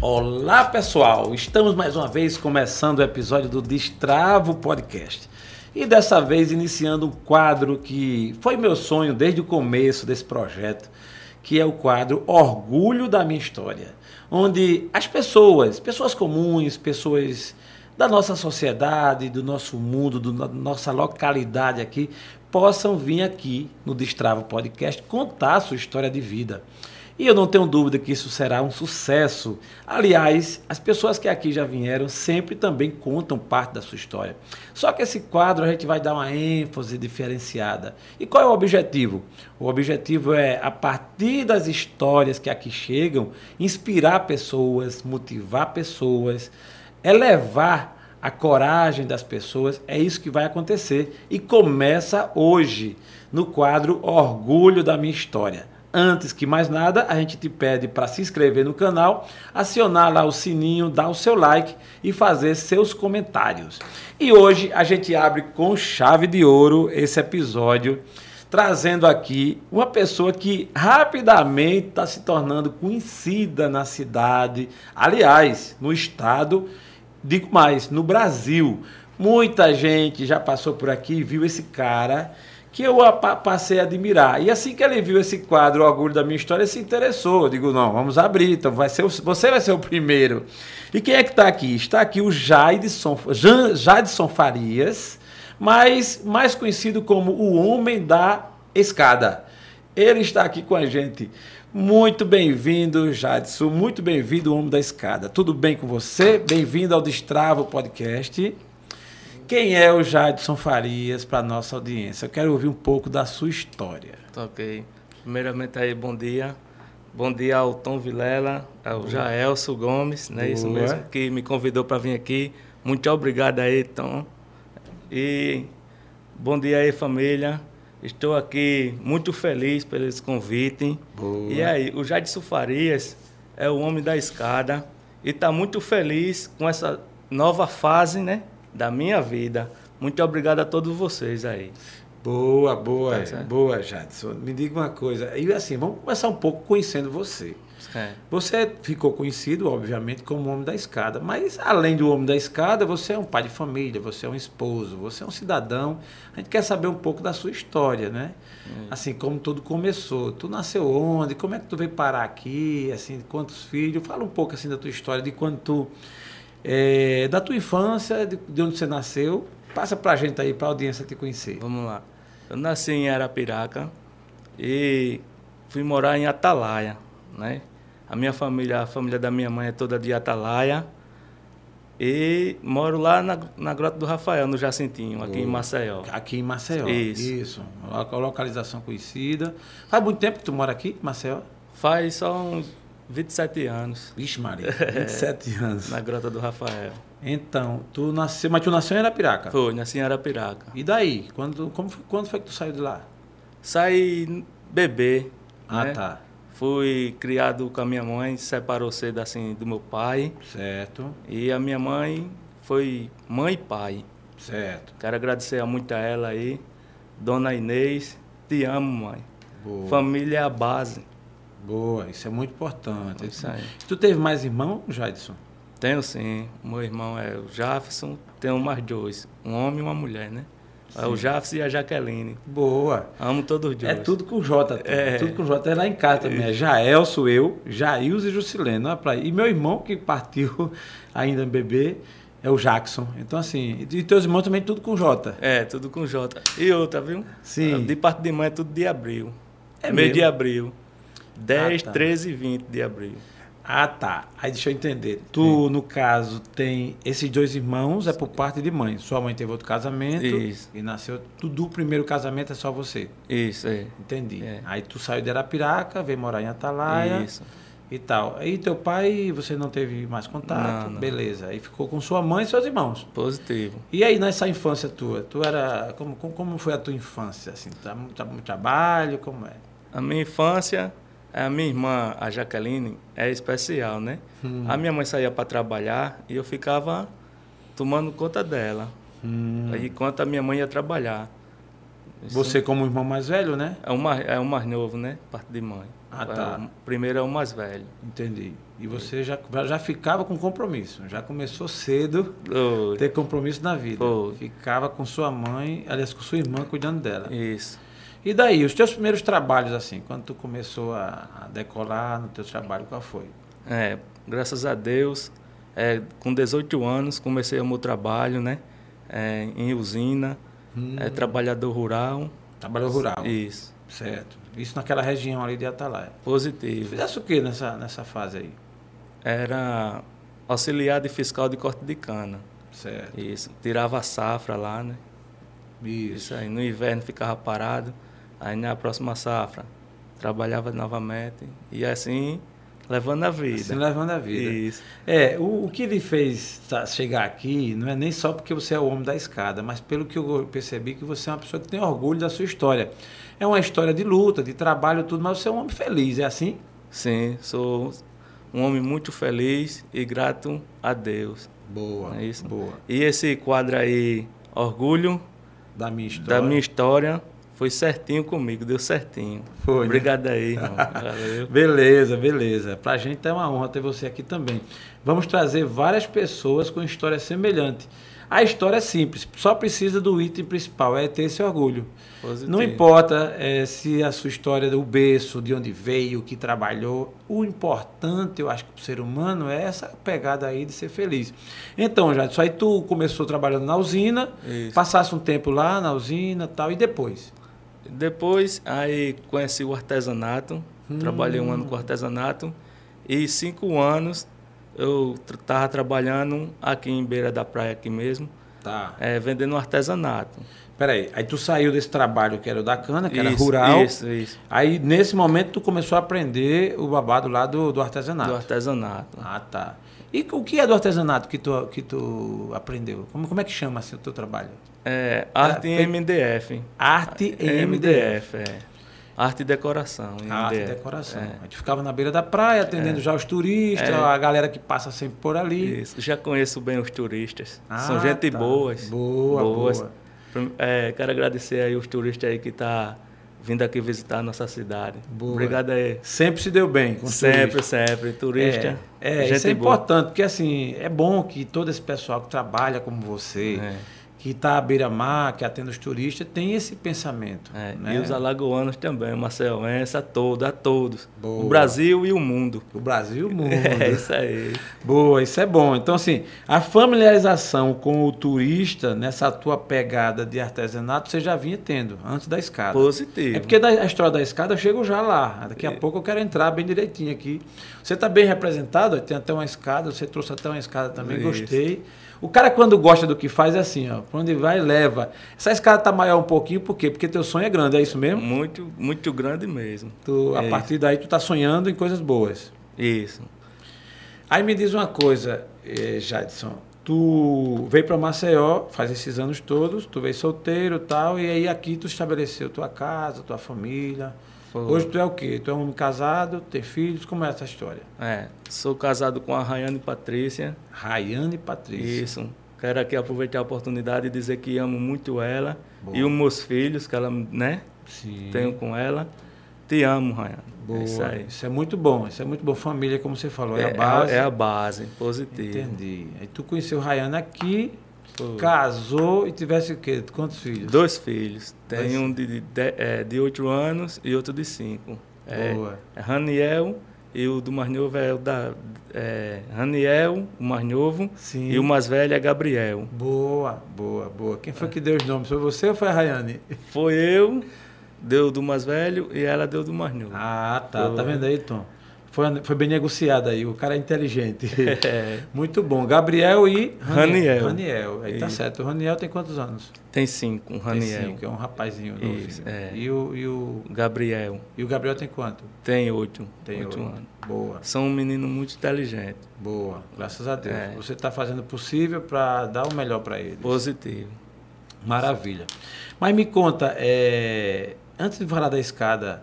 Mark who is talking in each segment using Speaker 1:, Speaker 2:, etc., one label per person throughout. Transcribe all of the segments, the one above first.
Speaker 1: Olá pessoal, estamos mais uma vez começando o episódio do Destravo Podcast e dessa vez iniciando um quadro que foi meu sonho desde o começo desse projeto, que é o quadro Orgulho da Minha História, onde as pessoas, pessoas comuns, pessoas da nossa sociedade, do nosso mundo, da nossa localidade aqui, possam vir aqui no Destravo Podcast contar a sua história de vida. E eu não tenho dúvida que isso será um sucesso. Aliás, as pessoas que aqui já vieram sempre também contam parte da sua história. Só que esse quadro a gente vai dar uma ênfase diferenciada. E qual é o objetivo? O objetivo é, a partir das histórias que aqui chegam, inspirar pessoas, motivar pessoas, elevar É a coragem das pessoas, é isso que vai acontecer. E começa hoje, no quadro Orgulho da Minha História. Antes que mais nada, a gente te pede para se inscrever no canal, acionar lá o sininho, dar o seu like e fazer seus comentários. E hoje a gente abre com chave de ouro esse episódio, trazendo aqui uma pessoa que rapidamente está se tornando conhecida na cidade, aliás, no estado, digo mais, no Brasil. Muita gente já passou por aqui e viu esse cara que eu a passei a admirar. E assim que ele viu esse quadro, o orgulho da minha história, ele se interessou. Eu digo, não, vamos abrir, então vai ser o, você vai ser o primeiro. E quem é que está aqui? Está aqui o Jadson, Jan, Jadson Farias, mas mais conhecido como o Homem da Escada. Ele está aqui com a gente. Muito bem-vindo, Jadson. Muito bem-vindo, Homem da Escada. Tudo bem com você? Bem-vindo ao Destravo Podcast. Quem é o Jadson Farias para nossa audiência? Eu quero ouvir um pouco da sua história.
Speaker 2: Tá ok. Primeiramente aí, bom dia. Bom dia ao Tom Vilela, ao Boa. Jaelso Gomes, né? Boa. Isso mesmo, que me convidou para vir aqui. Muito obrigado aí, Tom. E bom dia aí, família. Estou aqui muito feliz por esse convite. Boa. E aí, o Jadson Farias é o homem da escada e está muito feliz com essa nova fase, né? da minha vida. Muito obrigado a todos vocês aí.
Speaker 1: Boa, boa, tá boa, Jadson. Me diga uma coisa. E assim, vamos começar um pouco conhecendo você. É. Você ficou conhecido, obviamente, como homem da escada, mas além do homem da escada, você é um pai de família, você é um esposo, você é um cidadão. A gente quer saber um pouco da sua história, né? Hum. Assim, como tudo começou. Tu nasceu onde? Como é que tu veio parar aqui? Assim, quantos filhos? Fala um pouco assim da tua história, de quando tu é, da tua infância, de, de, onde você nasceu. Passa pra gente aí, pra audiência te conhecer.
Speaker 2: Vamos lá. Eu nasci em Arapiraca e fui morar em Atalaia, né? A minha família, a família da minha mãe é toda de Atalaia. E moro lá na, na Grota do Rafael, no Jacintinho, aqui oh. em Maceió.
Speaker 1: Aqui em Maceió. Isso. Isso. Localização conhecida. Faz muito tempo que tu mora aqui, Maceió?
Speaker 2: Faz só uns 27 anos.
Speaker 1: Vixe, Maria, 27 é, anos.
Speaker 2: Na Grota do Rafael.
Speaker 1: Então, tu nasceu, mas tu nasceu em Arapiraca?
Speaker 2: Foi, nasci em Arapiraca.
Speaker 1: E daí? Quando, como, foi, quando foi que tu saiu de lá?
Speaker 2: Saí bebê.
Speaker 1: Ah, né? tá.
Speaker 2: Fui criado com a minha mãe, separou cedo assim do meu pai.
Speaker 1: Certo.
Speaker 2: E a minha mãe foi mãe e pai.
Speaker 1: Certo.
Speaker 2: Quero agradecer muito a ela aí. Dona Inês, te amo, mãe. Boa. Família é a base.
Speaker 1: Boa, isso é muito importante. Isso aí. Tu teve mais irmão, Jadson?
Speaker 2: Tenho sim. Meu irmão é o Jefferson, tenho mais dois. Um homem e uma mulher, né? Sim. É o Jefferson e a Jaqueline.
Speaker 1: Boa.
Speaker 2: Amo todos os dois.
Speaker 1: É tudo com J, é. tudo com J. É lá em casa também. É Jael, sou eu, Jails e Juscelino. É pra... E meu irmão que partiu ainda bebê é o Jackson. Então, assim, e teus irmãos também tudo com J.
Speaker 2: É, tudo com J. E outra, viu?
Speaker 1: Sim.
Speaker 2: De parte de mãe é tudo de abril. É Meio mesmo? de abril. 10, ah, tá. 13 e 20 de abril.
Speaker 1: Ah, tá. Aí deixa eu entender. Tu, Sim. no caso, tem esses dois irmãos, é por parte de mãe. Sua mãe teve outro casamento
Speaker 2: Isso.
Speaker 1: e nasceu. Tu, do primeiro casamento é só você.
Speaker 2: Isso, é.
Speaker 1: Entendi.
Speaker 2: É.
Speaker 1: Aí tu saiu de Arapiraca, veio morar em Atalaia. Isso. E tal. Aí teu pai, você não teve mais contato, não, não. beleza. Aí ficou com sua mãe e seus irmãos.
Speaker 2: Positivo.
Speaker 1: E aí nessa infância tua, tu era como como foi a tua infância assim? Tá muito, muito trabalho, como é?
Speaker 2: A minha infância, a minha irmã, a Jaqueline, é especial, né? Hum.
Speaker 1: Uhum.
Speaker 2: A minha mãe saía para trabalhar e eu
Speaker 1: Uhum.
Speaker 2: ficava tomando conta dela. Hum. Aí, enquanto a minha mãe ia trabalhar.
Speaker 1: Isso. Você como irmão mais velho, né?
Speaker 2: É o mais, é o mais novo, né? Parte de mãe.
Speaker 1: Ah, tá.
Speaker 2: É o- primeiro é o mais velho.
Speaker 1: Entendi. E
Speaker 2: É.
Speaker 1: você já, já ficava com compromisso, já começou cedo
Speaker 2: Oi.
Speaker 1: ter compromisso na vida.
Speaker 2: Foi.
Speaker 1: Ficava com sua mãe, aliás, com sua irmã cuidando dela.
Speaker 2: Isso.
Speaker 1: E daí, os teus primeiros trabalhos, assim, quando tu começou a, a decolar no teu trabalho, qual foi?
Speaker 2: É, graças a Deus, é, com 18 anos comecei o meu trabalho, né? É, em usina, é, trabalhador rural.
Speaker 1: Trabalho Hum. rural.
Speaker 2: Isso.
Speaker 1: Certo. Isso naquela região ali de Atalaia.
Speaker 2: Positivo.
Speaker 1: Fizesse o que nessa, nessa fase aí?
Speaker 2: Era auxiliar de fiscal de corte de cana.
Speaker 1: Certo.
Speaker 2: Isso. Tirava a safra lá, né?
Speaker 1: Isso.
Speaker 2: Isso aí. No inverno ficava parado. Aí na próxima safra trabalhava novamente. E assim, levando a vida.
Speaker 1: Assim levando a vida.
Speaker 2: Isso.
Speaker 1: É, o, o que ele fez tá, chegar aqui não é nem só porque você é o homem da escada, mas pelo que eu percebi que você é uma pessoa que tem orgulho da sua história. É uma história de luta, de trabalho, tudo, mas você é um homem feliz, é assim?
Speaker 2: Sim, sou um homem muito feliz e grato a Deus.
Speaker 1: Boa.
Speaker 2: É isso.
Speaker 1: Boa.
Speaker 2: E esse quadro aí, Orgulho
Speaker 1: Da minha história.
Speaker 2: da Minha História, foi certinho comigo, deu certinho.
Speaker 1: Foi, né?
Speaker 2: Obrigado aí, irmão. Valeu.
Speaker 1: Beleza, beleza. Pra gente é uma honra ter você aqui também. Vamos trazer várias pessoas com história semelhante. A história é simples, só precisa do item principal, é ter esse orgulho.
Speaker 2: Positivo.
Speaker 1: Não importa eh, se a sua história do berço, de onde veio, o que trabalhou. O importante, eu acho, para o ser humano é essa pegada aí de ser feliz. Então, Jadson, aí tu começou trabalhando na usina,
Speaker 2: Isso.
Speaker 1: passasse um tempo lá na usina e tal, e depois?
Speaker 2: Depois, aí conheci o artesanato, trabalhei um ano com artesanato e cinco anos eu estava trabalhando aqui em beira da praia aqui mesmo,
Speaker 1: Tá.
Speaker 2: eh, vendendo artesanato.
Speaker 1: Peraí, aí tu saiu desse trabalho que era o da cana, Ah, que era
Speaker 2: Isso,
Speaker 1: rural.
Speaker 2: Isso, isso.
Speaker 1: Aí, nesse momento, tu começou a aprender o babado lá do, do artesanato.
Speaker 2: Do artesanato.
Speaker 1: Ah, tá. E o que é do artesanato que tu, que tu aprendeu? Como, como é que chama assim, o teu trabalho?
Speaker 2: É, arte em MDF.
Speaker 1: Arte em MDF.
Speaker 2: MDF, é. Arte e decoração. em
Speaker 1: Ah, Arte e
Speaker 2: MDF.
Speaker 1: decoração.
Speaker 2: É,
Speaker 1: A gente ficava na beira da praia, atendendo já os turistas, a galera que passa sempre por ali.
Speaker 2: isso. Já conheço bem os turistas.
Speaker 1: Ah,
Speaker 2: São gente
Speaker 1: tá.
Speaker 2: boas.
Speaker 1: Boa, boa.
Speaker 2: Prim- é, quero agradecer aí os turistas aí que tá vindo aqui visitar a nossa cidade.
Speaker 1: Boa.
Speaker 2: Obrigado aí.
Speaker 1: Sempre se deu bem com os
Speaker 2: Sempre,
Speaker 1: turistas.
Speaker 2: sempre. Turista.
Speaker 1: É, é,
Speaker 2: gente
Speaker 1: isso é
Speaker 2: boa.
Speaker 1: importante, porque assim, é bom que todo esse pessoal que trabalha como você,
Speaker 2: É.
Speaker 1: que está à beira-mar, que atende os turistas, tem esse pensamento.
Speaker 2: É,
Speaker 1: né?
Speaker 2: E os alagoanos também, Marcelense, a todos, a todos.
Speaker 1: Boa.
Speaker 2: O Brasil e o mundo.
Speaker 1: O Brasil, o mundo.
Speaker 2: É isso aí.
Speaker 1: Boa, isso é bom. Então, assim, a familiarização com o turista, nessa tua pegada de artesanato, você já vinha tendo, antes da escada.
Speaker 2: Positivo.
Speaker 1: É porque da, a história da escada eu chego já lá. Daqui
Speaker 2: É.
Speaker 1: a pouco eu quero entrar bem direitinho aqui. Você está bem representado, ó, tem até uma escada, você trouxe até uma escada também,
Speaker 2: Isso.
Speaker 1: gostei. O cara, quando gosta do que faz, é assim, ó. Pra onde vai, leva. Essa escada tá maior um pouquinho, por quê? Porque teu sonho é grande, é isso mesmo?
Speaker 2: Muito, muito grande mesmo.
Speaker 1: Tu, a
Speaker 2: É
Speaker 1: partir daí tu tá sonhando em coisas boas.
Speaker 2: Isso.
Speaker 1: Aí me diz uma coisa, eh, Jadson. Tu veio para Maceió, faz esses anos todos, tu veio solteiro e tal, e aí aqui tu estabeleceu tua casa, tua família.
Speaker 2: Foi.
Speaker 1: Hoje tu é o quê? Tu é um homem casado, tem filhos, como é essa história?
Speaker 2: É, sou casado com a Rayane Patrícia.
Speaker 1: Rayane e Patrícia.
Speaker 2: Isso. Quero aqui aproveitar a oportunidade e dizer que amo muito ela
Speaker 1: Boa.
Speaker 2: e os meus filhos que ela, né,
Speaker 1: Sim.
Speaker 2: tenho com ela. Te amo, Rayane.
Speaker 1: Boa.
Speaker 2: É isso aí.
Speaker 1: é muito bom, isso é muito bom. Família, como você falou, é, a
Speaker 2: É-
Speaker 1: base.
Speaker 2: É a base, positivo.
Speaker 1: Entendi. Aí tu conheceu Rayane aqui,
Speaker 2: Foi.
Speaker 1: casou e tivesse o quê? Quantos filhos?
Speaker 2: Dois filhos.
Speaker 1: Dois.
Speaker 2: Tem um de, de, de, é, de 8 anos e outro de 5. É,
Speaker 1: Boa.
Speaker 2: é Raniel e o do mais novo é o da. É, Raniel, o mais novo,
Speaker 1: Sim.
Speaker 2: e o mais velho é Gabriel.
Speaker 1: Boa, boa, boa. Quem foi que deu os nomes? Foi você ou foi a Rayane?
Speaker 2: Foi eu, deu do mais velho e ela deu do mais novo.
Speaker 1: Ah, tá.
Speaker 2: Foi.
Speaker 1: Tá vendo aí, Tom? Foi, foi bem negociado aí. O cara é inteligente.
Speaker 2: É,
Speaker 1: Muito bom. Gabriel e
Speaker 2: Raniel.
Speaker 1: Raniel. Aí tá
Speaker 2: Isso.
Speaker 1: certo. O Raniel tem quantos anos?
Speaker 2: tem cinco,
Speaker 1: Tem
Speaker 2: o Raniel.
Speaker 1: cinco, é um rapazinho
Speaker 2: Isso,
Speaker 1: novo. assim.
Speaker 2: é.
Speaker 1: E, o, e, o,
Speaker 2: Gabriel
Speaker 1: e o Gabriel tem quanto?
Speaker 2: tem oito,
Speaker 1: Tem
Speaker 2: oito
Speaker 1: oito.
Speaker 2: anos.
Speaker 1: Boa,
Speaker 2: São um menino muito inteligente,
Speaker 1: boa. Graças a Deus.
Speaker 2: É.
Speaker 1: Você está fazendo o possível para dar o melhor para ele.
Speaker 2: positivo.
Speaker 1: Maravilha. Mas me conta, é, antes de falar da escada,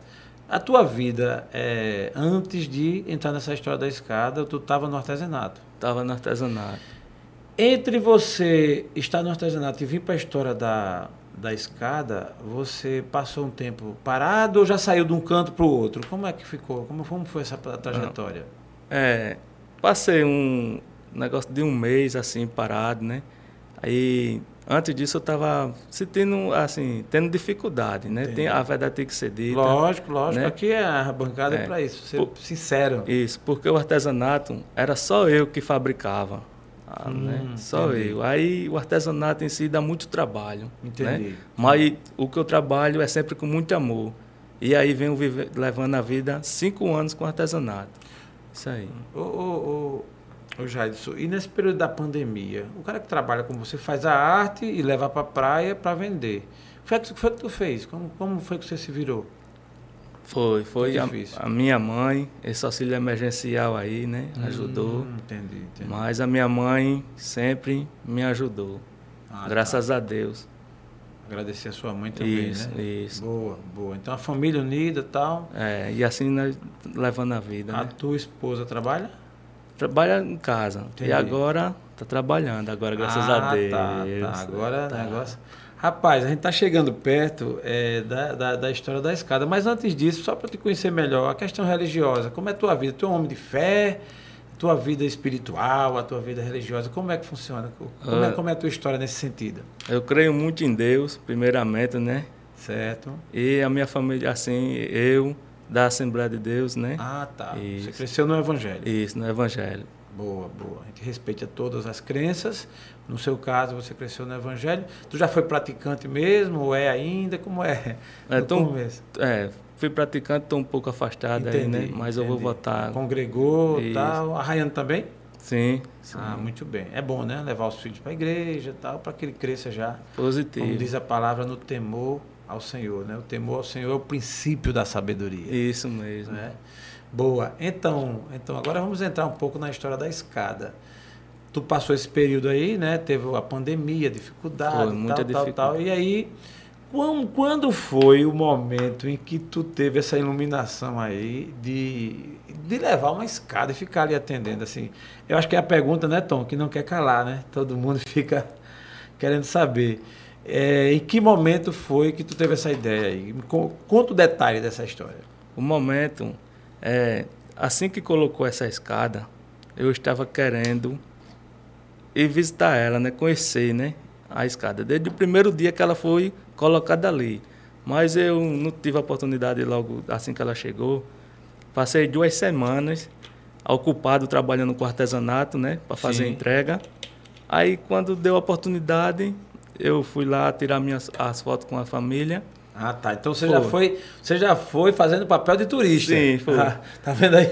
Speaker 1: a tua vida, é, antes de entrar nessa história da escada, tu estava no artesanato.
Speaker 2: Tava no artesanato.
Speaker 1: Entre você estar no artesanato e vir para a história da, da escada, você passou um tempo parado ou já saiu de um canto para o outro? Como é que ficou? Como, como foi essa tra- trajetória?
Speaker 2: É, passei um negócio de um mês assim parado, né? Aí antes disso eu tava sentindo assim, tendo dificuldade, né? Tem, a verdade tem que ser dita.
Speaker 1: lógico, lógico.
Speaker 2: Então, né?
Speaker 1: Aqui a bancada é,
Speaker 2: É.
Speaker 1: para isso, ser
Speaker 2: Pô-
Speaker 1: sincero.
Speaker 2: Isso, porque o artesanato era só eu que fabricava. ah, né?
Speaker 1: Hum,
Speaker 2: Só
Speaker 1: entendi.
Speaker 2: eu. Aí o artesanato em si dá muito trabalho.
Speaker 1: Entendi.
Speaker 2: Né? Mas o que eu trabalho é sempre com muito amor. E aí venho vive- levando a vida cinco anos com artesanato. Isso aí.
Speaker 1: Ô, ô, ô, ô Jadson, e nesse período da pandemia, o cara que trabalha com você faz a arte e leva para praia para vender. Foi que- foi que tu fez? Como, como foi que você se virou?
Speaker 2: Foi, foi
Speaker 1: Foi
Speaker 2: a,
Speaker 1: difícil.
Speaker 2: a minha mãe, esse auxílio emergencial aí, né? Ajudou.
Speaker 1: Hum, entendi, entendi.
Speaker 2: Mas a minha mãe sempre me ajudou.
Speaker 1: Ah, tá.
Speaker 2: graças a Deus.
Speaker 1: Agradecer a sua mãe também,
Speaker 2: Isso,
Speaker 1: né?
Speaker 2: isso.
Speaker 1: Boa, boa. Então a família unida e tal.
Speaker 2: É, e assim nós levando a vida.
Speaker 1: A
Speaker 2: né?
Speaker 1: tua esposa trabalha?
Speaker 2: Trabalha em casa.
Speaker 1: Entendi.
Speaker 2: E agora tá trabalhando, agora, graças
Speaker 1: Ah,
Speaker 2: a Deus.
Speaker 1: Tá, tá. Agora o negócio. Rapaz, a gente tá chegando perto é, da, da, da história da escada, mas antes disso, só para te conhecer melhor, a questão religiosa, como é a tua vida? Tu é um homem de fé? Tua vida espiritual, a tua vida religiosa, como é que funciona? Como é,
Speaker 2: Ah.
Speaker 1: como é a tua história nesse sentido?
Speaker 2: Eu creio muito em Deus, primeiramente, né?
Speaker 1: Certo?
Speaker 2: E a minha família, assim, eu, da Assembleia de Deus, né?
Speaker 1: Ah, tá. Você
Speaker 2: Isso.
Speaker 1: cresceu no Evangelho.
Speaker 2: Isso, no Evangelho.
Speaker 1: Boa, boa. A gente respeita todas as crenças. No seu caso, você cresceu no Evangelho. Tu já foi praticante mesmo? Ou é ainda? Como é?
Speaker 2: É,
Speaker 1: No
Speaker 2: tão-
Speaker 1: começo.
Speaker 2: É, fui praticante, estou um pouco afastado aí, né? Mas eu vou
Speaker 1: entendi.
Speaker 2: votar.
Speaker 1: Congregou e
Speaker 2: Isso.
Speaker 1: tal. A Rayane também?
Speaker 2: Sim, sim.
Speaker 1: Ah, muito bem. É bom, né? Levar os filhos para a igreja e tal, para que ele cresça já, como
Speaker 2: positivo.
Speaker 1: diz a palavra, no temor ao Senhor, né? O temor ao Senhor é o princípio da sabedoria.
Speaker 2: Isso mesmo.
Speaker 1: né? Boa. Então, então, agora vamos entrar um pouco na história da escada. Tu passou esse período aí, né? Teve a pandemia, dificuldade,
Speaker 2: Foi, muita
Speaker 1: tal, tal, tal.
Speaker 2: dificuldade.
Speaker 1: E aí, quando, quando foi o momento em que tu teve essa iluminação aí de, de levar uma escada e ficar ali atendendo? Assim, eu acho que é a pergunta, né, Tom, que não quer calar, né? Todo mundo fica querendo saber. É, em que momento foi que tu teve essa ideia aí? Me con- Conta o detalhe dessa história.
Speaker 2: O momento é assim que colocou essa escada, eu estava querendo ir visitar ela, né? Conhecer, né? A escada desde o primeiro dia que ela foi colocada ali. Mas eu não tive a oportunidade logo assim que ela chegou. Passei duas semanas ocupado trabalhando com artesanato, né? Para fazer
Speaker 1: Sim.
Speaker 2: entrega. Aí quando deu a oportunidade, eu fui lá tirar minhas as fotos com a família.
Speaker 1: Ah, tá. Então você
Speaker 2: Foi.
Speaker 1: já foi, você já foi fazendo papel de turista.
Speaker 2: Sim, foi.
Speaker 1: Ah, tá vendo aí?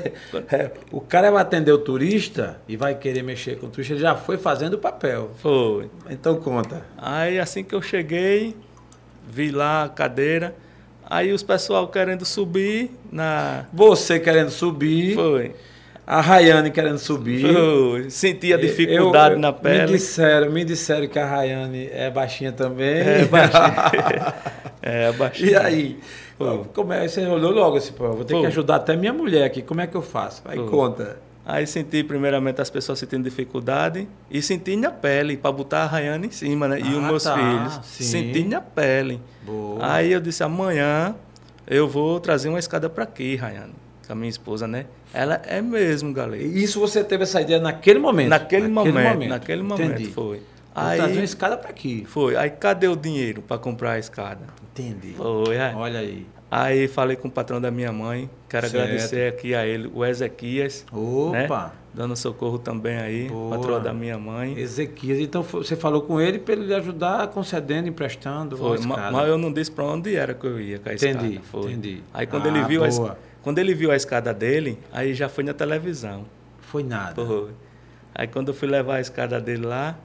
Speaker 1: É, o cara vai atender o turista e vai querer mexer com o turista, ele já foi fazendo o papel.
Speaker 2: Foi.
Speaker 1: Então conta.
Speaker 2: Aí assim que eu cheguei, vi lá a cadeira, aí os pessoal querendo subir na.
Speaker 1: Você querendo subir,
Speaker 2: Foi.
Speaker 1: a Rayane querendo subir.
Speaker 2: Foi. Senti a dificuldade
Speaker 1: Eu- eu-
Speaker 2: na
Speaker 1: Me
Speaker 2: pele.
Speaker 1: disseram, me disseram que a Rayane é baixinha também.
Speaker 2: É, baixinho. é, baixinho.
Speaker 1: E aí? Como é? Você olhou logo assim, pô, eu vou ter que
Speaker 2: Foi.
Speaker 1: ajudar até minha mulher aqui. Como é que eu faço? Aí
Speaker 2: Foi.
Speaker 1: conta.
Speaker 2: Aí senti primeiramente as pessoas sentindo dificuldade e senti na pele para botar a Rayane em cima, né? e
Speaker 1: Ah,
Speaker 2: os meus
Speaker 1: tá.
Speaker 2: filhos.
Speaker 1: Sim.
Speaker 2: Senti na pele.
Speaker 1: Boa.
Speaker 2: Aí eu disse, amanhã eu vou trazer uma escada para aqui, Rayane. Com a minha esposa, né? Ela é mesmo, galera.
Speaker 1: E Isso você teve essa ideia naquele momento?
Speaker 2: Naquele, momento, naquele momento
Speaker 1: Entendi. Tá
Speaker 2: foi.
Speaker 1: Aí... Trazer uma
Speaker 2: Aí
Speaker 1: escada para aqui.
Speaker 2: foi. Aí cadê o dinheiro para comprar a escada?
Speaker 1: Entendi.
Speaker 2: Foi. é.
Speaker 1: Olha aí.
Speaker 2: Aí falei com o patrão da minha mãe, quero
Speaker 1: Certo.
Speaker 2: agradecer aqui a ele, o Ezequias, né?
Speaker 1: Opa.
Speaker 2: dando socorro também aí,
Speaker 1: Boa.
Speaker 2: patrão da minha mãe.
Speaker 1: Ezequias. Então fo- você falou com ele para ele lhe ajudar concedendo, emprestando
Speaker 2: Foi,
Speaker 1: uma
Speaker 2: ma-
Speaker 1: escada.
Speaker 2: mas eu não disse para onde era que eu ia com a escada.
Speaker 1: Entendi,
Speaker 2: foi.
Speaker 1: entendi.
Speaker 2: Aí quando
Speaker 1: Ah,
Speaker 2: ele viu a es-
Speaker 1: boa.
Speaker 2: quando ele viu a escada dele, aí já foi na televisão.
Speaker 1: Foi nada.
Speaker 2: Foi. Aí quando eu fui levar a escada dele lá,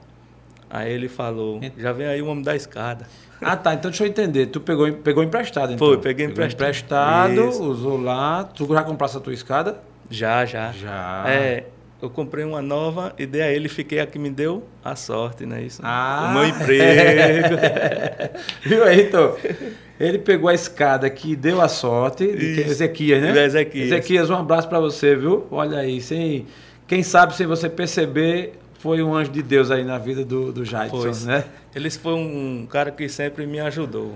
Speaker 2: aí ele falou,
Speaker 1: Ent-
Speaker 2: já vem aí o homem da escada.
Speaker 1: Ah, tá. Então deixa eu entender. Tu pegou, em- pegou emprestado, então.
Speaker 2: Foi, peguei
Speaker 1: Pegou
Speaker 2: emprestado.
Speaker 1: emprestado,
Speaker 2: Isso.
Speaker 1: usou lá. Tu já compraste a tua escada?
Speaker 2: Já, já.
Speaker 1: Já.
Speaker 2: É, eu comprei uma nova e dei a ele, fiquei a que me deu a sorte, né? Isso.
Speaker 1: Ah.
Speaker 2: O meu emprego.
Speaker 1: Viu aí, então? Ele pegou a escada que deu a sorte de quem-
Speaker 2: Isso.
Speaker 1: Ezequias, né?
Speaker 2: Do Ezequias.
Speaker 1: Ezequias, um abraço pra você, viu? Olha aí, sem, quem sabe sem você perceber, foi um anjo de Deus aí na vida do, do Jadson,
Speaker 2: Pois.
Speaker 1: né?
Speaker 2: Ele foi um cara que sempre me ajudou.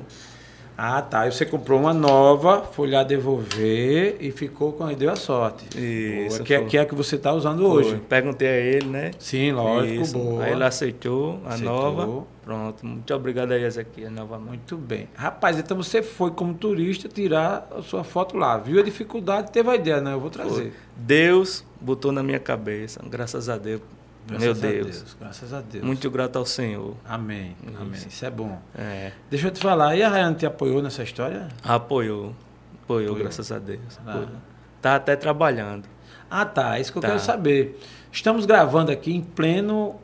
Speaker 1: Ah, tá. Aí você comprou uma nova, foi lá devolver e ficou com e deu a sorte.
Speaker 2: Isso,
Speaker 1: Boa, que, é-
Speaker 2: foi.
Speaker 1: que é a que você está usando
Speaker 2: Foi.
Speaker 1: hoje.
Speaker 2: Perguntei a ele, né?
Speaker 1: Sim, lógico,
Speaker 2: Isso.
Speaker 1: boa.
Speaker 2: Aí ele aceitou a
Speaker 1: Aceitou.
Speaker 2: nova. Pronto. Muito obrigado aí, Ezequiel, novamente.
Speaker 1: Muito bem. Rapaz, então você foi como turista tirar a sua foto lá. Viu a dificuldade, teve a ideia, né? Eu vou trazer.
Speaker 2: Deus botou na minha cabeça. Graças a Deus.
Speaker 1: Graças
Speaker 2: Meu
Speaker 1: a
Speaker 2: Deus.
Speaker 1: Graças a Deus.
Speaker 2: Muito grato ao Senhor.
Speaker 1: Amém, amém. Isso é bom.
Speaker 2: É.
Speaker 1: Deixa eu te falar, e a Rayane te apoiou nessa história?
Speaker 2: Ah, Apoiou. Apoiou, graças a Deus.
Speaker 1: Ah.
Speaker 2: Apoiou. Tá até trabalhando.
Speaker 1: Ah, tá. Isso que eu
Speaker 2: Tá.
Speaker 1: quero saber. Estamos gravando aqui em pleno,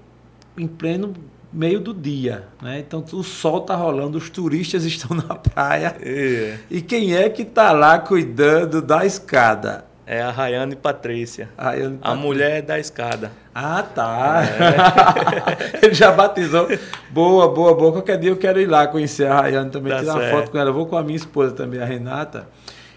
Speaker 1: em pleno meio do dia, né? Então o sol tá rolando, os turistas estão na praia.
Speaker 2: É,
Speaker 1: E quem é que tá lá cuidando da escada?
Speaker 2: é a Rayane Patrícia.
Speaker 1: A Rayane tá
Speaker 2: A mulher da escada.
Speaker 1: Ah, tá. É. Ele já batizou. Boa, boa, boa. Qualquer dia eu quero ir lá conhecer a Rayane também,
Speaker 2: Tá
Speaker 1: tirar uma
Speaker 2: certo.
Speaker 1: foto com ela. Eu vou com a minha esposa também, a Renata.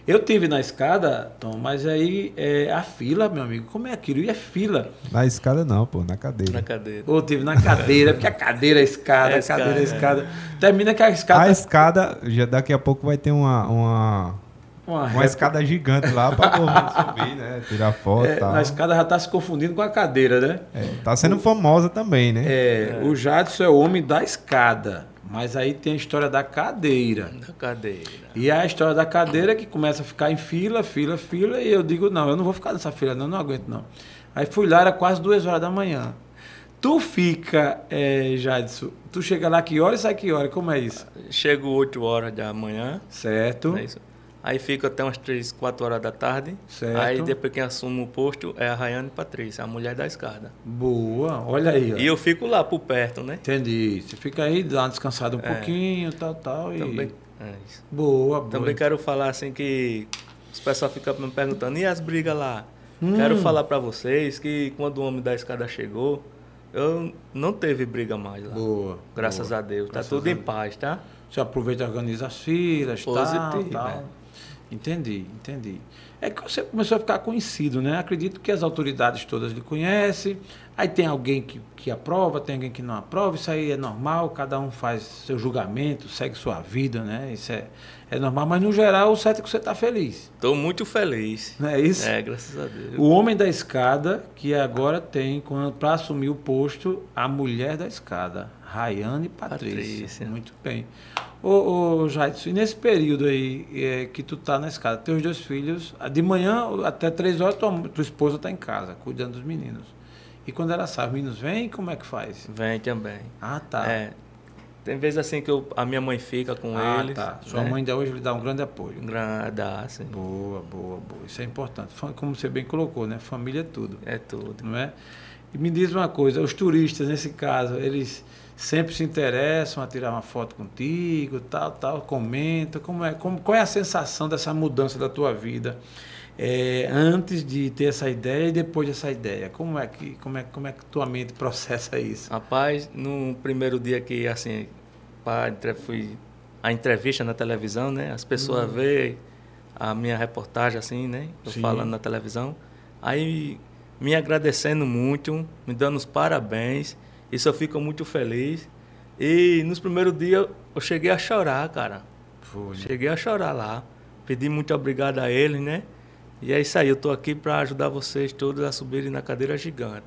Speaker 1: Eu tive na escada, Tom, mas aí é, a fila, meu amigo, como é aquilo? E é fila.
Speaker 3: Na escada não, pô, na cadeira.
Speaker 2: Na cadeira.
Speaker 1: Ou tive na cadeira, porque a cadeira é escada,
Speaker 2: É
Speaker 1: a cadeira é
Speaker 2: escada,
Speaker 1: escada. Termina que a escada.
Speaker 3: A escada, já daqui a pouco vai ter uma, uma,
Speaker 1: Uma
Speaker 3: uma
Speaker 1: reta.
Speaker 3: escada gigante lá pra todo mundo subir, né? Tirar foto e
Speaker 1: É,
Speaker 3: tal.
Speaker 1: na escada já tá se confundindo com a cadeira, né?
Speaker 3: É, tá sendo famosa também, né?
Speaker 1: É, O Jadson é o homem da escada, mas aí tem a história da cadeira.
Speaker 2: Na cadeira.
Speaker 1: E é a história da cadeira que começa a ficar em fila, fila, fila, e eu digo, não, eu não vou ficar nessa fila, não, não aguento não. Aí fui lá, era quase duas horas da manhã. Tu fica, é, Jadson, tu chega lá que hora e sai que hora, como é isso?
Speaker 2: Chego 8 horas da manhã.
Speaker 1: Certo?
Speaker 2: não é isso? Aí fico até umas 3, 4 horas da tarde.
Speaker 1: Certo.
Speaker 2: Aí depois quem assume o posto é a Rayane Patrícia, a mulher da escada.
Speaker 1: Boa, olha aí, ó.
Speaker 2: E eu fico lá por perto, né?
Speaker 1: Entendi. Você fica aí, dá uma descansada um pouquinho, tal, tal, e...
Speaker 2: É. Também. É isso.
Speaker 1: Boa, boa.
Speaker 2: Também quero falar assim que os pessoal fica me perguntando, e as brigas lá?
Speaker 1: Hum.
Speaker 2: Quero falar pra vocês que quando o homem da escada chegou, eu não teve briga mais lá.
Speaker 1: Boa.
Speaker 2: Graças a Deus, tá
Speaker 1: Graças
Speaker 2: tudo
Speaker 1: a
Speaker 2: em paz, tá?
Speaker 1: Você aproveita e organiza as filas, tal,
Speaker 2: Positivo,
Speaker 1: tal.
Speaker 2: é.
Speaker 1: Entendi, entendi. É que você começou a ficar conhecido, né? Acredito que as autoridades todas lhe conhecem. Aí tem alguém que, que aprova, tem alguém que não aprova. Isso aí é normal, cada um faz seu julgamento, segue sua vida, né? Isso é, é normal, mas no geral o certo é que você está feliz.
Speaker 2: Tô muito feliz.
Speaker 1: Não é isso?
Speaker 2: É, graças a Deus.
Speaker 1: O homem da escada, que agora tem, para assumir o posto, a mulher da escada, Rayane Patrícia.
Speaker 2: Patrícia.
Speaker 1: Muito bem. Ô, ô Jaidson, e nesse período aí é, que tu tá na escada, teus dois filhos, de manhã até três horas tua, tua esposa tá em casa, cuidando dos meninos. E quando ela sai, os meninos vêm, como é que faz?
Speaker 2: Vem também.
Speaker 1: Ah, tá.
Speaker 2: É, tem vezes assim que eu- a minha mãe fica com
Speaker 1: ah,
Speaker 2: eles.
Speaker 1: tá. Sua
Speaker 2: né?
Speaker 1: mãe ainda hoje lhe dá um grande apoio.
Speaker 2: Grada, assim.
Speaker 1: Boa, boa, boa. Isso é importante. Fa- Como você bem colocou, né? Família é tudo.
Speaker 2: É tudo.
Speaker 1: não é? E me diz uma coisa, os turistas nesse caso, eles sempre se interessam a tirar uma foto contigo, tal, tal, comenta, como é, como, qual é a sensação dessa mudança da tua vida é, antes de ter essa ideia e depois dessa ideia? Como é que, como é, como é que tua mente processa isso?
Speaker 2: Rapaz, no primeiro dia que, assim, pá, entre- fui a entrevista na televisão, né? As pessoas veem a minha reportagem, assim, né? Eu
Speaker 1: Sim.
Speaker 2: falando na televisão. Aí me agradecendo muito, me dando os parabéns. Isso eu fico muito feliz. E nos primeiros dias eu cheguei a chorar, cara.
Speaker 1: Foi, né?
Speaker 2: Cheguei a chorar lá. Pedi muito obrigado a eles, né? E é isso aí, eu tô aqui para ajudar vocês todos a subirem na cadeira gigante.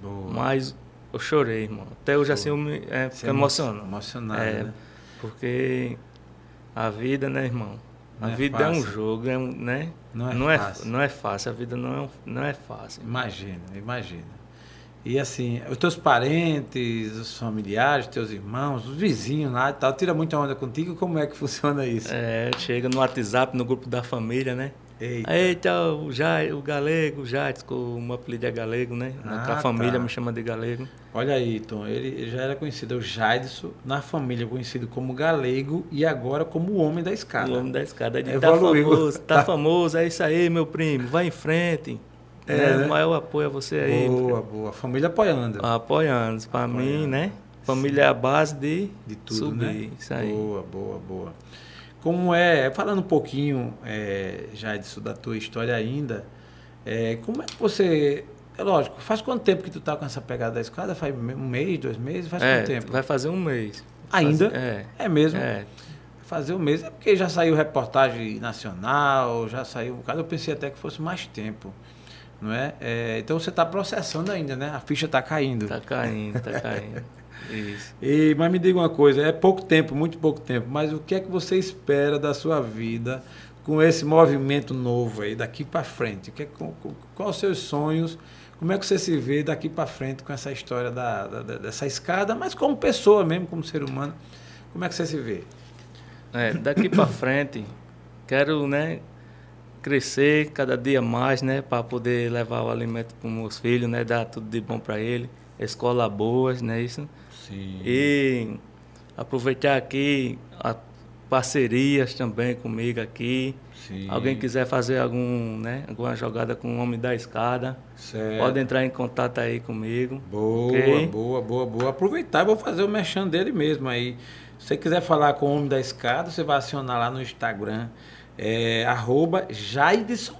Speaker 1: Boa.
Speaker 2: Mas eu chorei, irmão. Até hoje assim eu me é,
Speaker 1: Você
Speaker 2: fico
Speaker 1: é emo-
Speaker 2: emocionado.
Speaker 1: emocionado,
Speaker 2: É,
Speaker 1: né?
Speaker 2: Porque a vida, né, irmão? A
Speaker 1: Não é
Speaker 2: vida é um
Speaker 1: fácil.
Speaker 2: jogo, é um, né?
Speaker 1: Não é
Speaker 2: não, é,
Speaker 1: fácil.
Speaker 2: não é fácil, a vida não é, um- não é fácil.
Speaker 1: Imagina, imagina. E assim, os teus parentes, os familiares, teus irmãos, os vizinhos lá e tal, tira muita onda contigo, como é que funciona isso?
Speaker 2: É, chega no WhatsApp, no grupo da família, né?
Speaker 1: Eita.
Speaker 2: Eita, o, Jai, o Galego, o Jates, que o meu apelido é Galego, né?
Speaker 1: Ah,
Speaker 2: a família
Speaker 1: tá.
Speaker 2: me chama de Galego.
Speaker 1: Olha aí, Tom, ele ele já era conhecido, é o Jaidson, na família conhecido como Galego e agora como o Homem da Escada.
Speaker 2: O homem da escada ele tá
Speaker 1: Evoluiu.
Speaker 2: famoso, tá, famoso, é isso aí, meu primo, vai em frente.
Speaker 1: É,
Speaker 2: né?
Speaker 1: né?
Speaker 2: O maior apoio a você aí.
Speaker 1: Boa, boa. Família
Speaker 2: Ah,
Speaker 1: apoiando.
Speaker 2: Tá Apoiando, pra mim, né? Família é a base de,
Speaker 1: de tudo,
Speaker 2: subir,
Speaker 1: né?
Speaker 2: isso aí.
Speaker 1: Boa, boa, boa. Como é, falando um pouquinho é, já disso da tua história ainda, é, como é que você É lógico, faz quanto tempo que tu tá com essa pegada da escada? Faz um mês, dois meses? Faz
Speaker 2: é,
Speaker 1: quanto tempo?
Speaker 2: Vai fazer um mês.
Speaker 1: Ainda?
Speaker 2: Faz- é.
Speaker 1: É mesmo?
Speaker 2: É.
Speaker 1: Fazer o mês. É porque já saiu reportagem nacional, já saiu um bocado. Eu pensei até que fosse mais tempo. Não é? É, então você está processando ainda, né? A ficha está caindo.
Speaker 2: Tá caindo, tá caindo. Isso.
Speaker 1: E, mas me diga uma coisa, é pouco tempo, muito pouco tempo, mas o que é que você espera da sua vida com esse movimento novo aí, daqui para frente? O Que, com, com, quais os seus sonhos? Como é que você se vê daqui para frente com essa história da, da- da- dessa escada, mas como pessoa mesmo, como ser humano? Como é que você se vê?
Speaker 2: É, daqui para frente, quero, né, crescer cada dia mais, né, para poder levar o alimento para meus filhos, né, dar tudo de bom para ele, escola boas, né, isso.
Speaker 1: Sim.
Speaker 2: E aproveitar aqui a parcerias também comigo aqui.
Speaker 1: Sim.
Speaker 2: Alguém quiser fazer algum, né, alguma jogada com o homem da escada,
Speaker 1: Certo.
Speaker 2: pode entrar em contato aí comigo.
Speaker 1: Boa,
Speaker 2: ok?
Speaker 1: boa, boa, boa. Aproveitar e vou fazer o merchan dele mesmo aí. Se você quiser falar com o Homem da Escada, você vai acionar lá no Instagram, é, arroba Jaidson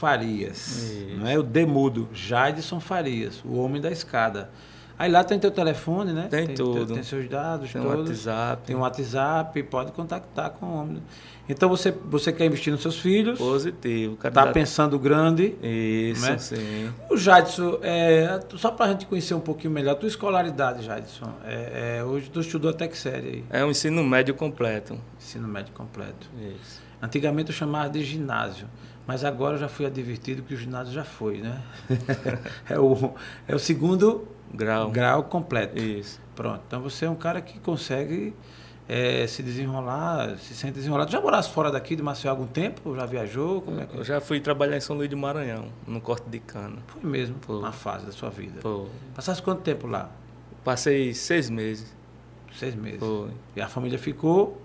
Speaker 1: Farias. Não é o Demudo, Jaidson Farias, o Homem da Escada. Aí lá tem teu telefone, né?
Speaker 2: Tem
Speaker 1: teu-
Speaker 2: tudo.
Speaker 1: Tem seus dados,
Speaker 2: Tem um
Speaker 1: todos.
Speaker 2: WhatsApp.
Speaker 1: Tem um WhatsApp, pode contactar com o Homem. Então você, você quer investir nos seus filhos,
Speaker 2: Positivo. Cada
Speaker 1: está um Tá pensando grande,
Speaker 2: Isso,
Speaker 1: né?
Speaker 2: sim.
Speaker 1: O Jadson, é, só para a gente conhecer um pouquinho melhor, tua escolaridade, Jadson. É, é, hoje tu estudou até que série aí?
Speaker 2: É um ensino médio completo.
Speaker 1: Ensino médio completo.
Speaker 2: Isso.
Speaker 1: Antigamente eu chamava de ginásio, mas agora eu já fui advertido que o ginásio já foi, né? é, o, é o segundo
Speaker 2: Grau.
Speaker 1: grau completo.
Speaker 2: Isso.
Speaker 1: Pronto. Então você é um cara que consegue é, se desenrolar, se sente desenrolado. Já morasse fora daqui de Maceió há algum tempo? Já viajou? Como é que
Speaker 2: Eu já fui trabalhar em São Luís do Maranhão, no corte de cana.
Speaker 1: foi mesmo?
Speaker 2: Foi.
Speaker 1: Uma fase da sua vida.
Speaker 2: Pô,
Speaker 1: Passasse quanto tempo lá?
Speaker 2: Passei seis meses.
Speaker 1: Seis meses.
Speaker 2: Foi.
Speaker 1: E a família ficou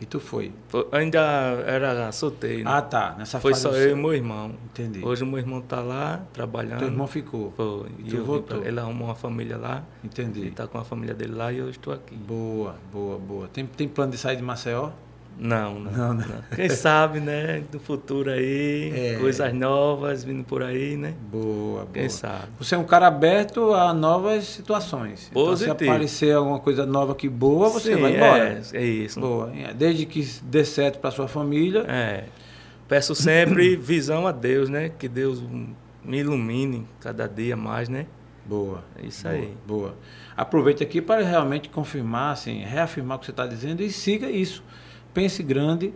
Speaker 1: e tu foi.
Speaker 2: Foi- Ainda era solteiro. né?
Speaker 1: Ah, tá. Nessa
Speaker 2: Foi
Speaker 1: fase
Speaker 2: só
Speaker 1: você-
Speaker 2: eu e meu irmão.
Speaker 1: Entendi.
Speaker 2: Hoje o meu irmão tá lá trabalhando.
Speaker 1: Teu irmão ficou.
Speaker 2: Foi.
Speaker 1: E
Speaker 2: E
Speaker 1: tu
Speaker 2: eu vim
Speaker 1: voltou.
Speaker 2: pra- Ele arrumou uma família lá. Ele
Speaker 1: Entendi.
Speaker 2: tá com a família dele lá e eu estou aqui.
Speaker 1: Boa, boa, boa. Tem, tem plano de sair de Maceió?
Speaker 2: Não, não.
Speaker 1: Não, não.
Speaker 2: Quem sabe, né? Do futuro aí,
Speaker 1: É.
Speaker 2: coisas novas vindo por aí, né?
Speaker 1: Boa, boa.
Speaker 2: Quem sabe?
Speaker 1: Você é um cara aberto a novas situações. Então, se
Speaker 2: Positivo.
Speaker 1: aparecer alguma coisa nova que boa, você
Speaker 2: Sim,
Speaker 1: vai embora.
Speaker 2: É, é isso.
Speaker 1: Boa. Desde que dê certo para sua família.
Speaker 2: É. Peço sempre visão a Deus, né? Que Deus me ilumine cada dia mais, né?
Speaker 1: Boa.
Speaker 2: É isso
Speaker 1: boa,
Speaker 2: aí.
Speaker 1: Boa. Aproveite aqui para realmente confirmar, assim, reafirmar o que você está dizendo e siga isso. Pense grande.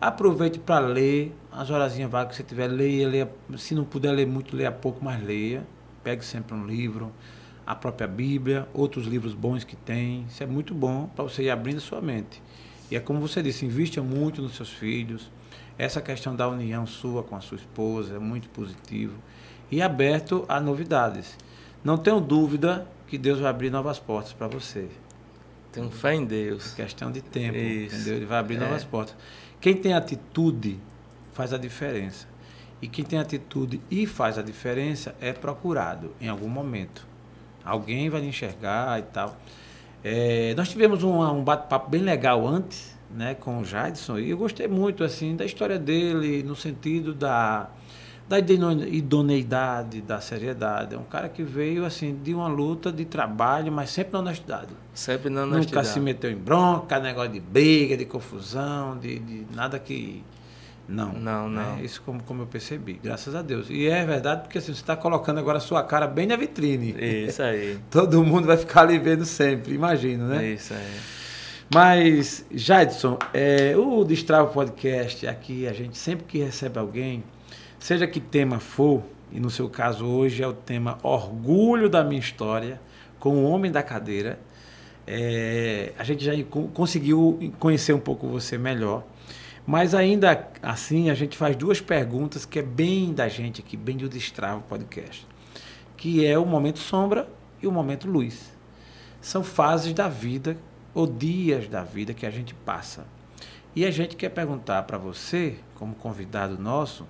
Speaker 1: Aproveite para ler. As horazinhas vagas que você tiver, leia, leia. Se não puder ler muito, leia pouco, mas leia. Pegue sempre um livro, a própria Bíblia, outros livros bons que tem. Isso é muito bom para você ir abrindo sua mente. E é como você disse, invista muito nos seus filhos. Essa questão da união sua com a sua esposa é muito positivo. E aberto a novidades. Não tenho dúvida que Deus vai abrir novas portas para você.
Speaker 2: Tenho fé em Deus.
Speaker 1: Questão de tempo,
Speaker 2: Isso.
Speaker 1: entendeu? Ele vai abrir
Speaker 2: É.
Speaker 1: novas portas. Quem tem atitude faz a diferença. E quem tem atitude e faz a diferença é procurado em algum momento. Alguém vai lhe enxergar e tal. É, nós tivemos um, um bate-papo bem legal antes, né, com o Jadson, e eu gostei muito assim da história dele no sentido da da idone- idoneidade, da seriedade. É um cara que veio assim de uma luta de trabalho, mas sempre na honestidade.
Speaker 2: Sempre na
Speaker 1: Nunca
Speaker 2: honestidade.
Speaker 1: se meteu em bronca, negócio de briga, de confusão, de, de nada que. Não.
Speaker 2: Não,
Speaker 1: né?
Speaker 2: não.
Speaker 1: Isso como, como eu percebi, graças a Deus. E é verdade, porque assim, você está colocando agora a sua cara bem na vitrine.
Speaker 2: É Isso aí. É
Speaker 1: Todo mundo vai ficar ali vendo sempre, imagino, né?
Speaker 2: Isso aí.
Speaker 1: Mas, Jadson, é, o Destravo Podcast, é aqui a gente sempre que recebe alguém, seja que tema for, e no seu caso hoje é o tema Orgulho da Minha História, com o Homem da Cadeira, é, a gente já co- conseguiu conhecer um pouco você melhor. Mas ainda assim, a gente faz duas perguntas que é bem da gente aqui, bem do Destravo Podcast, que é o momento sombra e o momento luz são fases da vida ou dias da vida que a gente passa. E a gente quer perguntar para você, como convidado nosso,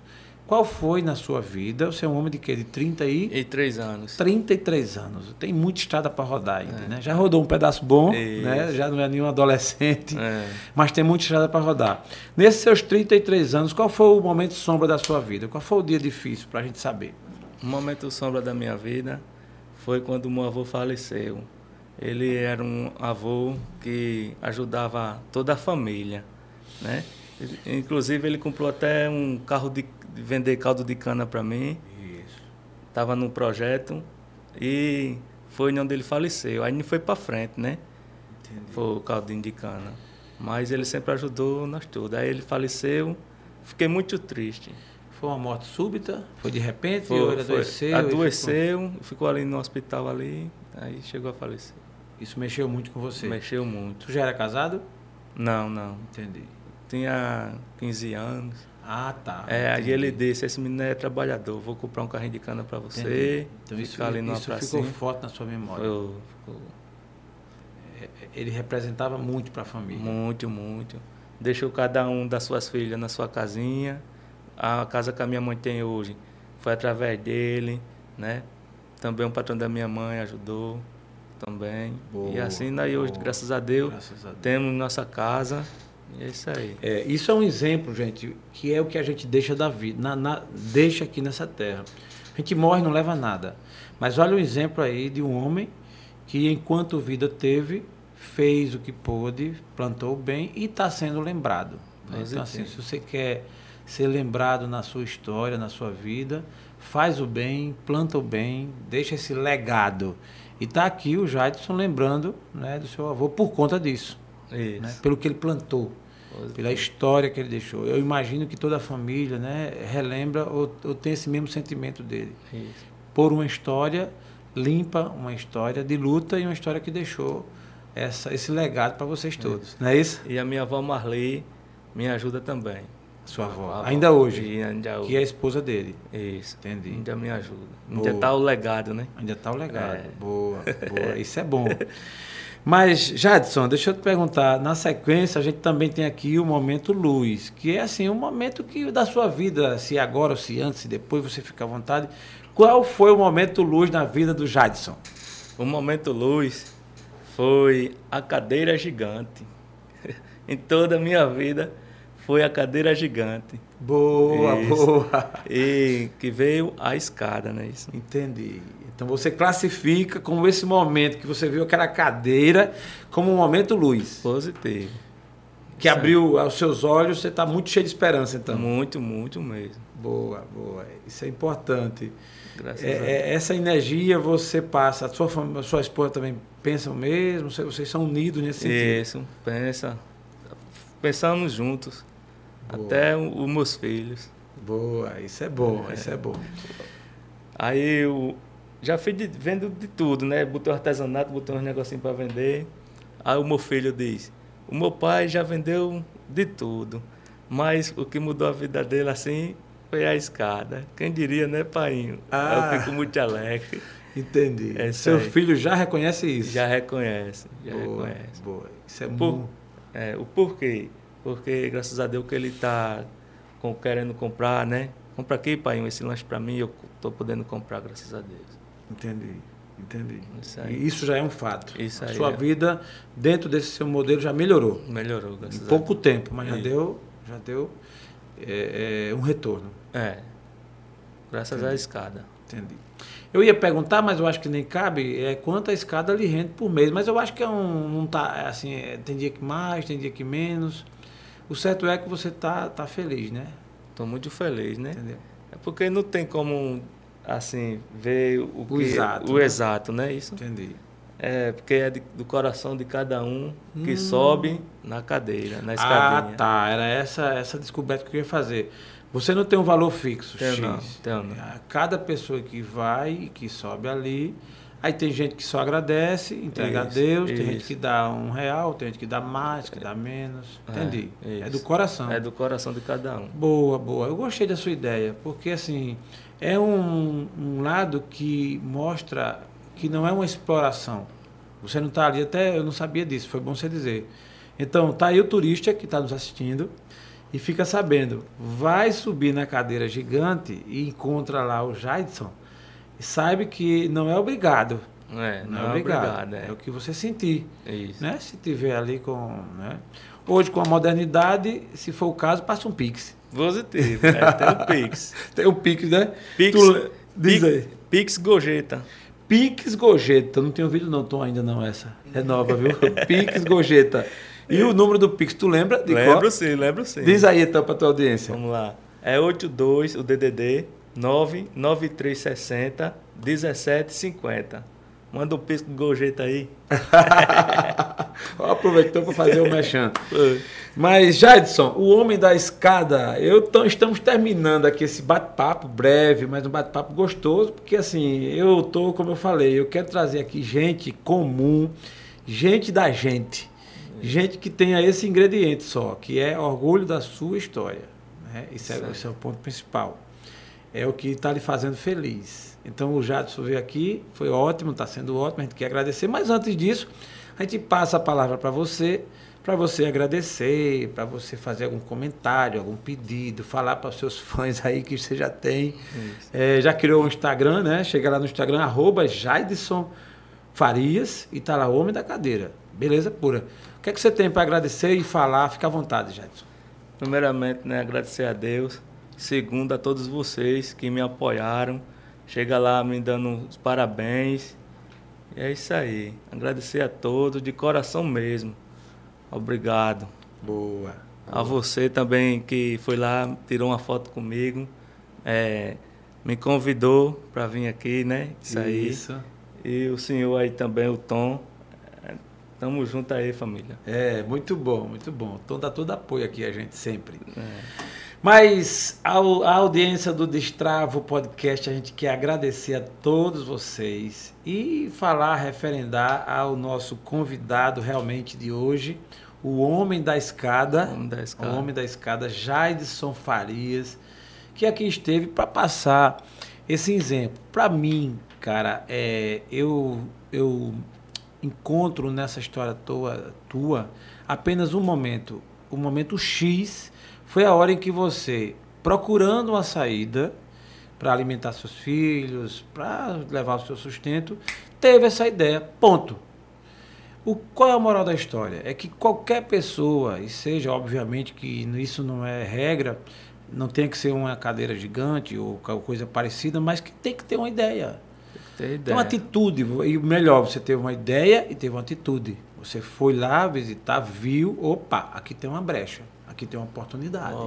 Speaker 1: qual foi na sua vida? Você é um homem de quê? De 30 e
Speaker 2: E três anos.
Speaker 1: 33 anos. Tem muita estrada para rodar ainda, né? Já rodou um pedaço bom,
Speaker 2: É. Isso.
Speaker 1: né? Já não é nenhum adolescente,
Speaker 2: É.
Speaker 1: mas tem muita estrada para rodar. Nesses seus 33 anos, qual foi o momento sombra da sua vida? Qual foi o dia difícil para a gente saber?
Speaker 2: Um momento sombra da minha vida foi quando meu avô faleceu. Ele era um avô que ajudava toda a família, né? Inclusive ele comprou até um carro de de vender caldo de cana para mim.
Speaker 1: Isso.
Speaker 2: Tava num projeto e foi onde ele faleceu. Aí não foi para frente, né? Foi o caldinho de cana. Mas ele sempre ajudou nós todos. Aí ele faleceu, fiquei muito triste.
Speaker 1: Foi uma morte súbita? Foi de repente?
Speaker 2: Foi-
Speaker 1: ou ele
Speaker 2: foi-
Speaker 1: adoeceu? e
Speaker 2: adoeceu, ficou... ali no hospital ali, aí chegou a falecer.
Speaker 1: ficou- Isso mexeu muito com você.
Speaker 2: Mexeu muito.
Speaker 1: Tu já era casado?
Speaker 2: Não, não.
Speaker 1: Entendi.
Speaker 2: Tinha 15 anos.
Speaker 1: Ah, tá.
Speaker 2: É, aí
Speaker 1: Entendi.
Speaker 2: ele disse, esse menino é trabalhador, vou comprar um carrinho de cana para você.
Speaker 1: Entendi. Então isso,
Speaker 2: ficar ali numa
Speaker 1: isso ficou
Speaker 2: pracinha.
Speaker 1: forte na sua memória. É,
Speaker 2: Eu- ficou
Speaker 1: Ele representava muito para a família.
Speaker 2: muito, muito. Deixou cada um das suas filhas na sua casinha. A casa que a minha mãe tem hoje foi através dele, né? Também um patrão da minha mãe ajudou também. e
Speaker 1: Boa,
Speaker 2: assim daí hoje,
Speaker 1: boa.
Speaker 2: graças a Deus,
Speaker 1: Graças a Deus.
Speaker 2: temos nossa casa. E é isso aí.
Speaker 1: É, isso é um exemplo, gente, que é o que a gente deixa da vida, na- na- deixa aqui nessa terra. A gente morre e não leva nada. Mas olha o exemplo aí de um homem que, enquanto vida teve, fez o que pôde, plantou bem e está sendo lembrado. né? Então,
Speaker 2: Positivo.
Speaker 1: assim, se você quer ser lembrado na sua história, na sua vida, faz o bem, planta o bem, deixa esse legado. E está aqui o Jadson lembrando né, do seu avô por conta disso
Speaker 2: Isso.
Speaker 1: né? pelo que ele plantou,
Speaker 2: Positivo.
Speaker 1: pela história que ele deixou. Eu imagino que toda a família né, relembra ou, ou tem esse mesmo sentimento dele.
Speaker 2: Isso.
Speaker 1: Por uma história limpa, uma história de luta e uma história que deixou essa, esse legado para vocês todos. Não é isso?
Speaker 2: E a minha avó Marley me ajuda também.
Speaker 1: Sua avó.
Speaker 2: A avó.
Speaker 1: Ainda hoje,
Speaker 2: E ainda
Speaker 1: que é a esposa dele.
Speaker 2: Isso.
Speaker 1: Entendi.
Speaker 2: Ainda me ajuda.
Speaker 1: Boa.
Speaker 2: Ainda tá o legado, né?
Speaker 1: Ainda está o legado.
Speaker 2: É.
Speaker 1: Boa, boa. Isso é bom. Mas, Jadson, deixa eu te perguntar. Na sequência, a gente também tem aqui o momento luz, que é assim, um momento que da sua vida, se agora, ou se antes, se depois, você fica à vontade. Qual foi o momento luz na vida do Jadson?
Speaker 2: O momento luz foi a cadeira gigante. em toda a minha vida foi a cadeira gigante.
Speaker 1: Boa,
Speaker 2: Isso.
Speaker 1: boa.
Speaker 2: E que veio a escada, né? Isso.
Speaker 1: Entendi. Então você classifica como esse momento que você viu aquela cadeira como um momento luz.
Speaker 2: Positivo.
Speaker 1: Que abriu aos seus olhos, você está muito cheio de esperança, então.
Speaker 2: Muito, muito mesmo.
Speaker 1: Boa, boa. Isso é importante.
Speaker 2: Graças
Speaker 1: É,
Speaker 2: a Deus.
Speaker 1: é, essa energia você passa, a sua, fam- a sua esposa também pensa o mesmo, Cê- vocês são unidos nesse
Speaker 2: É.
Speaker 1: sentido.
Speaker 2: Isso, pensa. Pensamos juntos.
Speaker 1: Boa.
Speaker 2: Até o- os meus filhos.
Speaker 1: Boa, isso é bom, isso é bom.
Speaker 2: Aí eu já fui de- vendo de tudo, né? Botei um artesanato, botei uns negocinhos para vender. Aí o meu filho diz: O meu pai já vendeu de tudo, mas o que mudou a vida dele assim foi a escada. Quem diria, né, painho?
Speaker 1: Ah.
Speaker 2: Aí Eu fico muito alegre.
Speaker 1: Entendi.
Speaker 2: É isso
Speaker 1: Seu
Speaker 2: aí.
Speaker 1: filho já reconhece isso.
Speaker 2: Já reconhece, já
Speaker 1: boa,
Speaker 2: reconhece.
Speaker 1: boa. Isso é
Speaker 2: Por-
Speaker 1: bom.
Speaker 2: é, o porquê? Porque, graças a Deus, que ele está querendo comprar, né? Compra aqui, pai, esse lanche para mim, eu tô podendo comprar, graças a Deus.
Speaker 1: Entendi, entendi.
Speaker 2: Isso
Speaker 1: E
Speaker 2: aí.
Speaker 1: Isso já é um fato.
Speaker 2: Isso
Speaker 1: a
Speaker 2: aí,
Speaker 1: sua
Speaker 2: é.
Speaker 1: vida dentro desse seu modelo já melhorou.
Speaker 2: Melhorou, graças
Speaker 1: Em Um
Speaker 2: a Deus.
Speaker 1: pouco tempo, mas já
Speaker 2: Isso.
Speaker 1: deu, já deu é, é, um retorno.
Speaker 2: É. Graças à escada.
Speaker 1: Entendi. Eu ia perguntar, mas eu acho que nem cabe, é quanto a escada lhe rende por mês. Mas eu acho que é um. Não tá, assim, é, tem dia que mais, tem dia que menos. O certo é que você tá, tá feliz, né?
Speaker 2: Tô muito feliz, né?
Speaker 1: Entendeu?
Speaker 2: É porque não tem como, assim, ver o, que,
Speaker 1: exato,
Speaker 2: o
Speaker 1: né?
Speaker 2: exato, né? Isso.
Speaker 1: Entendi.
Speaker 2: É, porque é de- do coração de cada um que sobe na cadeira, na
Speaker 1: Hum. Ah,
Speaker 2: escadinha.
Speaker 1: tá. Era essa, essa descoberta que eu ia fazer. Você não tem um valor fixo,
Speaker 2: Tem
Speaker 1: X.
Speaker 2: não, tem não.
Speaker 1: A Cada pessoa que vai e que sobe ali. Aí tem gente que só agradece, entrega a
Speaker 2: Isso,
Speaker 1: Deus, tem gente
Speaker 2: isso.
Speaker 1: que dá um real, tem gente que dá mais, que dá menos.
Speaker 2: É,
Speaker 1: Entendi. É, do
Speaker 2: isso.
Speaker 1: coração.
Speaker 2: É do coração de cada um.
Speaker 1: Boa, boa. Eu gostei da sua ideia, porque assim, é um, um lado que mostra que não é uma exploração. Você não está ali, até eu não sabia disso, foi bom você dizer. Então, tá aí o turista que está nos assistindo e fica sabendo. Vai subir na cadeira gigante e encontra lá o Jadson e sabe que não é obrigado.
Speaker 2: É,
Speaker 1: Não, é obrigado. é.
Speaker 2: é.
Speaker 1: o que você sentir
Speaker 2: Isso.
Speaker 1: né? Se tiver ali com, né? Hoje com a modernidade, se for o caso, passa um pix.
Speaker 2: Positivo. É, tem o Pix.
Speaker 1: Tem um pix, né?
Speaker 2: Pix,
Speaker 1: Tu- Diz aí.
Speaker 2: Pix Gojeta.
Speaker 1: Pix Gojeta. Não tenho vídeo não, Tom, ainda não essa. É nova, viu? Pix Gojeta. E o número do Pix, tu lembra? De qual?
Speaker 2: Lembro sim, lembro sim.
Speaker 1: Diz aí então pra tua audiência.
Speaker 2: Vamos lá. É 82, o DDD, 99360 1750. Manda um pisco de gorjeta aí.
Speaker 1: Ó, Aproveitou para fazer o mechan. Mas, Jadson, o homem da escada, eu tô- estamos terminando aqui esse bate-papo breve, mas um bate-papo gostoso, porque assim, eu tô, como eu falei, eu quero trazer aqui gente comum, gente da gente, gente que tenha esse ingrediente só, que é orgulho da sua história. Né? Isso, é,
Speaker 2: Certo.
Speaker 1: esse é o ponto principal. É o que está lhe fazendo feliz. Então o Jadson veio aqui, foi ótimo, está sendo ótimo, a gente quer agradecer. Mas antes disso, a gente passa a palavra para você, para você agradecer, para você fazer algum comentário, algum pedido, falar para os seus fãs aí que você já tem. É, já criou um Instagram, né? Chega lá no Instagram, arroba Jadson Farias e tá lá, Homem da Cadeira. Beleza pura. O que é que você tem para agradecer e falar? Fica à vontade, Jadson.
Speaker 2: Primeiramente, né, agradecer a Deus. Segundo, a todos vocês que me apoiaram. Chega lá me dando os parabéns. E é isso aí. Agradecer a todos, de coração mesmo. Obrigado.
Speaker 1: Boa.
Speaker 2: A você também que foi lá, tirou uma foto comigo. é, me convidou para vir aqui, né? Isso aí. E o senhor aí também, o Tom. É, Tamo junto aí, família.
Speaker 1: É, muito bom, muito bom. Então dá todo apoio aqui a gente sempre. Mas ao- a audiência do Destravo Podcast, a gente quer agradecer a todos vocês e falar, referendar ao nosso convidado realmente de hoje, o homem da escada,
Speaker 2: Homem da escada.
Speaker 1: o Tá. homem da escada Jaidson Farias, que aqui esteve para passar esse exemplo. Para mim, cara, é, eu, eu encontro nessa história tua, tua apenas um momento. O momento X foi a hora em que você, procurando uma saída para alimentar seus filhos, para levar o seu sustento, teve essa ideia. Ponto. O, qual é a moral da história? É que qualquer pessoa, e seja obviamente que isso não é regra, não tem que ser uma cadeira gigante ou qualquer coisa parecida, mas que tem que ter uma ideia.
Speaker 2: Tem
Speaker 1: Tem uma atitude, e melhor, você teve uma ideia e teve uma atitude. Você foi lá visitar, viu, opa, aqui tem uma brecha, aqui tem uma oportunidade.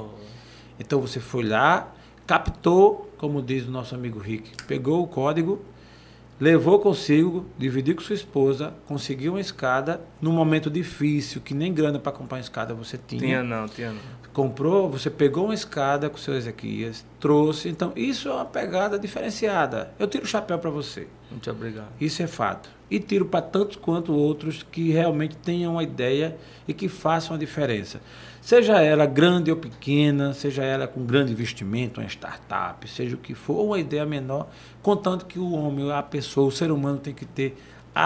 Speaker 1: Então você foi lá, captou, como diz o nosso amigo Rick, pegou o código, levou consigo, dividiu com sua esposa, conseguiu uma escada num momento difícil, que nem grana para comprar uma escada você
Speaker 2: Tinha não, tinha não.
Speaker 1: comprou, você pegou uma escada com o seu Ezequias, trouxe. Então, isso é uma pegada diferenciada. Eu tiro o chapéu para você.
Speaker 2: Muito obrigado.
Speaker 1: Isso é fato. E tiro para tantos quanto outros que realmente tenham uma ideia e que façam a diferença. Seja ela grande ou pequena, seja ela com grande investimento, uma startup, seja o que for, ou uma ideia menor, contanto que o homem, a pessoa, o ser humano tem que ter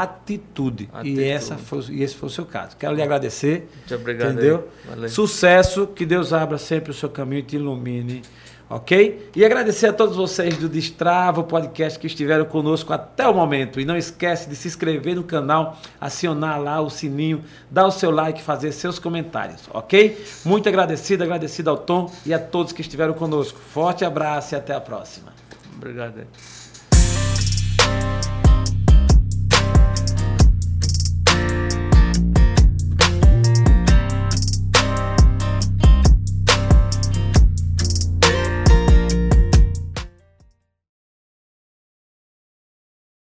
Speaker 1: atitude. E,
Speaker 2: Atitude.
Speaker 1: essa foi- e esse foi o seu caso. Quero lhe agradecer.
Speaker 2: Muito obrigado
Speaker 1: Entendeu?
Speaker 2: aí. Valeu.
Speaker 1: Sucesso, que Deus abra sempre o seu caminho e te ilumine. Ok? E agradecer a todos vocês do Destrava Podcast que estiveram conosco até o momento. E não esquece de se inscrever no canal, acionar lá o sininho, dar o seu like, fazer seus comentários, ok? Muito agradecido, agradecido ao Tom e a todos que estiveram conosco. Forte abraço e até a próxima.
Speaker 2: Obrigado aí.